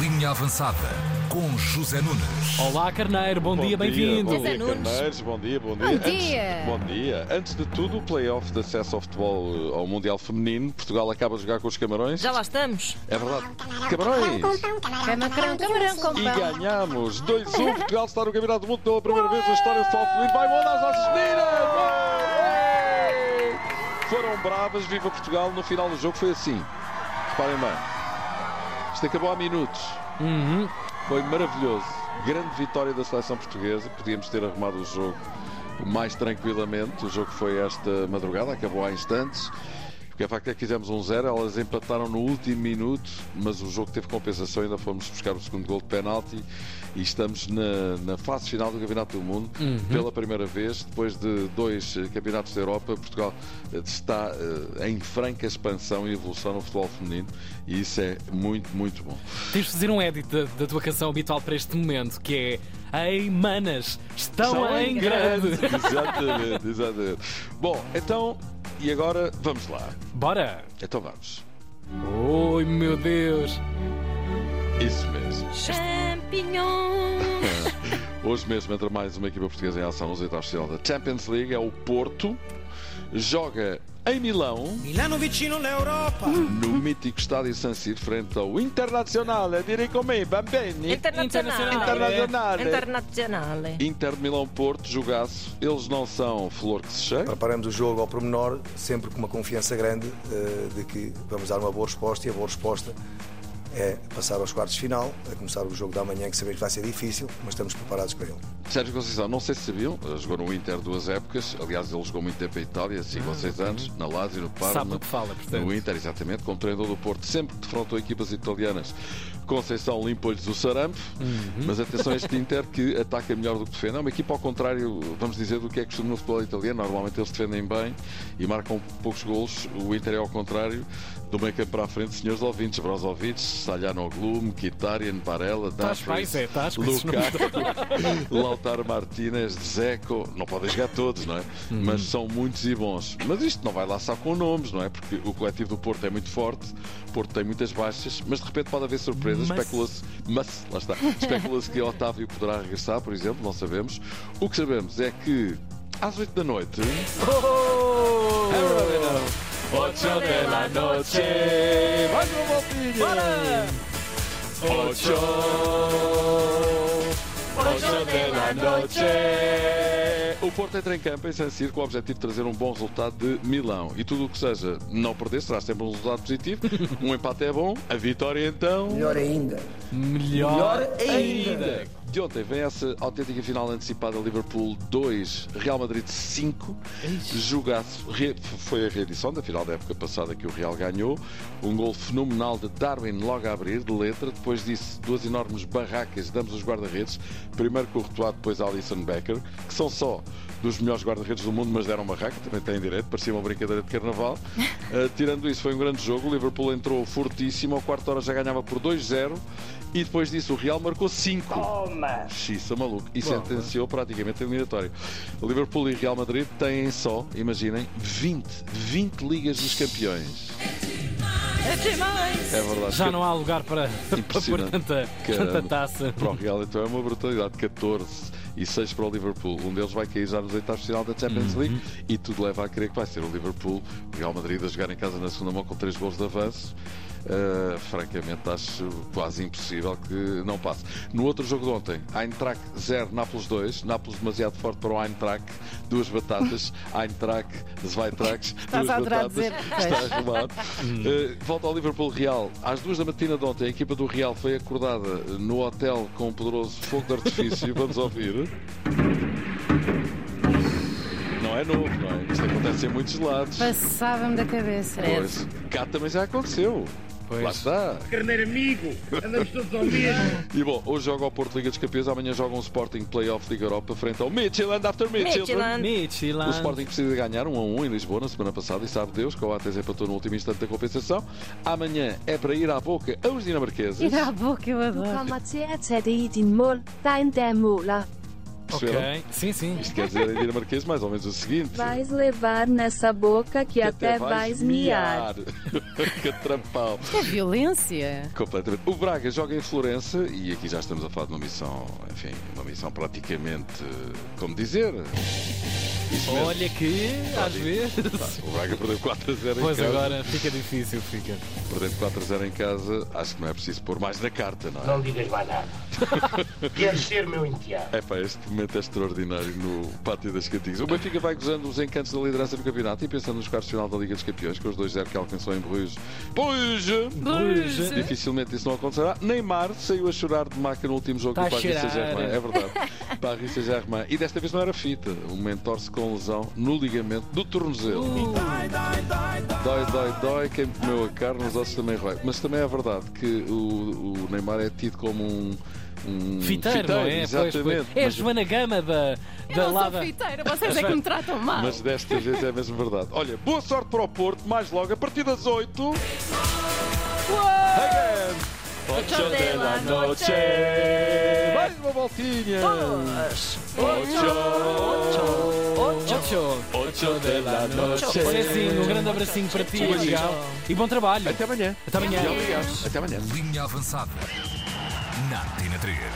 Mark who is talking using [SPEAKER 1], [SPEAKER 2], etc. [SPEAKER 1] Linha Avançada com José Nunes.
[SPEAKER 2] Olá, Carneiro, bom, dia, bem-vindo.
[SPEAKER 3] Bom dia,
[SPEAKER 4] José Nunes.
[SPEAKER 3] Carneiros, bom dia, bom dia.
[SPEAKER 4] Bom
[SPEAKER 3] Antes-
[SPEAKER 4] dia.
[SPEAKER 3] bom dia. Antes de tudo, o play-off de acesso ao futebol eh, ao Mundial Feminino. Portugal acaba de jogar com os Camarões.
[SPEAKER 4] Já lá estamos.
[SPEAKER 3] É verdade. Camarões!
[SPEAKER 4] É macarrão, camarão, com
[SPEAKER 3] E
[SPEAKER 4] pão.
[SPEAKER 3] ganhamos 2-1. Portugal está no Campeonato do Mundo pela primeira vez na história do futebol feminino. Vai mandar as nossas meninas! Ué! Foram bravas, viva Portugal. No final do jogo foi assim. Reparem bem. Isto acabou há minutos. Foi maravilhoso. Grande vitória da seleção portuguesa. Podíamos ter arrumado o jogo mais tranquilamente. O jogo foi esta madrugada, acabou há instantes. Porque a facto é que fizemos um zero, elas empataram no último minuto, mas o jogo teve compensação, ainda fomos buscar o segundo gol de penalti e estamos na, na fase final do Campeonato do Mundo pela primeira vez, depois de dois eh, campeonatos da Europa, Portugal eh, está eh, em franca expansão e evolução no futebol feminino e isso é muito, muito bom.
[SPEAKER 2] Tens de fazer um edit da, da tua canção habitual para este momento, que é Ei, manas, estão, em grande.
[SPEAKER 3] exatamente, exatamente. Bom, então, e agora vamos lá.
[SPEAKER 2] Bora!
[SPEAKER 3] Então vamos.
[SPEAKER 2] Oi, meu Deus!
[SPEAKER 3] Isso mesmo.
[SPEAKER 4] Champignons.
[SPEAKER 3] Hoje mesmo entra mais uma equipa portuguesa em ação nos oitavos de final da Champions League. É o Porto. Joga em Milão,
[SPEAKER 5] Milano vicino all'Europa.
[SPEAKER 3] no mítico estádio San Siro, frente ao É Internazionale. Direi comigo, bambini.
[SPEAKER 4] Internacional.
[SPEAKER 3] Internazionale.
[SPEAKER 4] Internacional.
[SPEAKER 3] Inter de Milão-Porto, jogaço. Eles não são flor que se cheira.
[SPEAKER 6] Preparamos o jogo ao pormenor, sempre com uma confiança grande eh, de que vamos dar uma boa resposta e a boa resposta é passar aos quartos de final, a começar o jogo da manhã, que sabemos que vai ser difícil, mas estamos preparados para ele.
[SPEAKER 3] Sérgio Conceição, não sei se sabiam, jogou no Inter duas épocas. Aliás, ele jogou muito tempo em Itália, 5 ou 6 anos, na Lazio, no Parma.
[SPEAKER 2] Sabe do que fala, portanto.
[SPEAKER 3] No Inter, exatamente, como treinador do Porto, sempre que defrontou equipas italianas. Conceição limpou-lhes o sarampo,
[SPEAKER 2] Uhum.
[SPEAKER 3] mas atenção a este Inter que ataca melhor do que defende. É uma equipa ao contrário, vamos dizer, do que é costume no futebol italiano. Normalmente eles defendem bem e marcam poucos golos. O Inter é ao contrário, do meio campo para a frente, senhores ouvintes, Brozovic, Salhanoglu, Mkhitaryan, Barella,
[SPEAKER 2] Estás
[SPEAKER 3] Dumfries,
[SPEAKER 2] bem, Zé, estás com esses
[SPEAKER 3] Lukaku, Lautaro Martínez, Zeco, não podem jogar todos, não é? Mas são muitos e bons. Mas isto não vai lá só com nomes, não é? Porque o coletivo do Porto é muito forte, o Porto tem muitas baixas, mas de repente pode haver surpresas.
[SPEAKER 2] Mas-
[SPEAKER 3] Especula-se, mas, lá está, especula-se que Otávio poderá regressar, por exemplo, não sabemos. O que sabemos é que às 8 da noite. Oh! Ocho de la noche. Vai uma voltinha. Ocho. Ocho de la noche. O Porto entra em campo em San Siro com o objetivo de trazer um bom resultado de Milão. E tudo o que seja não perder será sempre um resultado positivo. Um empate é bom. A vitória então...
[SPEAKER 2] Melhor,
[SPEAKER 3] ainda. De ontem vem essa autêntica final antecipada Liverpool 2, Real Madrid 5. Jogaço. Re- Foi a reedição da final da época passada que o Real ganhou. Um gol fenomenal de Darwin logo a abrir, de letra. Depois disso, duas enormes barracas de ambos os guarda-redes. Primeiro Courtois, depois Alisson Becker, que são só dos melhores guarda-redes do mundo, mas deram barraca, também têm direito, parecia uma brincadeira de carnaval. Ah, tirando isso, foi um grande jogo. O Liverpool entrou fortíssimo, ao quarto hora já ganhava por 2-0 e depois disso o Real marcou 5. Toma! Xissa maluco. E sentenciou praticamente a eliminatória. Liverpool e Real Madrid têm só, imaginem, 20, 20 ligas dos campeões. É verdade.
[SPEAKER 2] Já não há lugar para, para pôr
[SPEAKER 3] Impressionante.
[SPEAKER 2] tanta,
[SPEAKER 3] Caramba.
[SPEAKER 2] tanta taça.
[SPEAKER 3] Para o Real então é uma brutalidade, 14 e 6 para o Liverpool. Um deles vai cair já nos oitavos de final da Champions
[SPEAKER 4] Uhum.
[SPEAKER 3] League e tudo leva a crer que vai ser o Liverpool, o Real Madrid a jogar em casa na segunda mão com 3 gols de avanço. Uh, francamente acho quase impossível que não passe. No outro jogo de ontem, Eintracht 0, Nápoles 2, Nápoles demasiado forte para o Eintracht, duas batatas, Eintracht, Zweitracht, duas
[SPEAKER 4] a adorar
[SPEAKER 3] batatas,
[SPEAKER 4] dizer, pois.
[SPEAKER 3] está arrumado. Eh, volta ao Liverpool Real. Às duas da matina de ontem, a equipa do Real foi acordada no hotel com um poderoso fogo de artifício. Vamos ouvir. Não é novo, não é? Isto acontece em muitos lados.
[SPEAKER 7] Passava-me da cabeça.
[SPEAKER 3] Pois, cá também já aconteceu.
[SPEAKER 2] Pois.
[SPEAKER 3] Lá está.
[SPEAKER 8] Carneiro amigo, andamos todos ao mesmo.
[SPEAKER 3] E bom, hoje joga ao Porto Liga dos Campeões, amanhã joga um Sporting Playoff Liga Europa frente ao Midtjylland after Midtjylland.
[SPEAKER 2] Michelin.
[SPEAKER 4] Midtjylland.
[SPEAKER 3] O Sporting precisa ganhar 1 a 1 em Lisboa na semana passada e sabe Deus que o Ates empatou no último instante da compensação. Amanhã é para ir à boca aos dinamarqueses.
[SPEAKER 7] Ir à boca, eu
[SPEAKER 9] Du
[SPEAKER 7] adoro.
[SPEAKER 9] kommer til at tage det i din mål. Der er endda måler.
[SPEAKER 3] Perceberam?
[SPEAKER 2] Sim, sim.
[SPEAKER 3] Isto quer dizer em dinamarquês mais ou menos o seguinte.
[SPEAKER 9] Vais levar nessa boca que, até, vais miar.
[SPEAKER 3] que trampão.
[SPEAKER 7] É violência.
[SPEAKER 3] Completamente. O Braga joga em Florença e aqui já estamos a falar de uma missão, enfim, uma missão praticamente, como dizer. Isso mesmo. tá.
[SPEAKER 2] Olha que, às vezes.
[SPEAKER 3] O Braga perdeu 4 a 0 em
[SPEAKER 2] Pois
[SPEAKER 3] casa.
[SPEAKER 2] agora fica difícil, fica.
[SPEAKER 3] Perdendo 4 a 0 em casa, acho que não é preciso pôr mais na carta, não é?
[SPEAKER 8] Não digas mais nada. Queres ser meu enteado?
[SPEAKER 3] É pá, este momento é extraordinário no Pátio das Cantigas. O Benfica vai gozando os encantos da liderança do campeonato e pensando nos quartos de final da Liga dos Campeões, com os 2-0 que alcançou em Bruges. Bruges!
[SPEAKER 2] Bruges.
[SPEAKER 3] Dificilmente isso não acontecerá. Neymar saiu a chorar de maca no último jogo
[SPEAKER 2] Tá
[SPEAKER 3] do
[SPEAKER 2] a
[SPEAKER 3] Paris
[SPEAKER 2] chorar.
[SPEAKER 3] Saint-Germain. É verdade. Paris Saint-Germain. E desta vez não era fita. O momento torce com lesão no ligamento do tornozelo. Uh. Dói, dói, dói. Quem comeu a carne, os ossos também rói. Mas também é verdade que o, o Neymar é tido como um. um
[SPEAKER 2] Fiteiro, não é? Pois,
[SPEAKER 3] Exatamente.
[SPEAKER 2] pois. É a
[SPEAKER 3] Mas-
[SPEAKER 2] Joana Gama da,
[SPEAKER 7] Eu
[SPEAKER 2] da
[SPEAKER 7] não
[SPEAKER 2] Lava.
[SPEAKER 7] sou fiteira, vocês é que me tratam mal.
[SPEAKER 3] Mas desta vez é mesmo verdade. Olha, boa sorte para o Porto, mais logo, a partir das 8. Again. Ocho de la noche. Mais uma voltinha. Ocho.
[SPEAKER 2] Tchau.
[SPEAKER 3] Ocho de la
[SPEAKER 2] Cezinho, um
[SPEAKER 3] noche.
[SPEAKER 2] grande abracinho para ti, Miguel. E bom trabalho.
[SPEAKER 3] Até amanhã.
[SPEAKER 2] Até amanhã.
[SPEAKER 3] E obrigado. Até amanhã.
[SPEAKER 1] Linha avançada. Na Tina 3.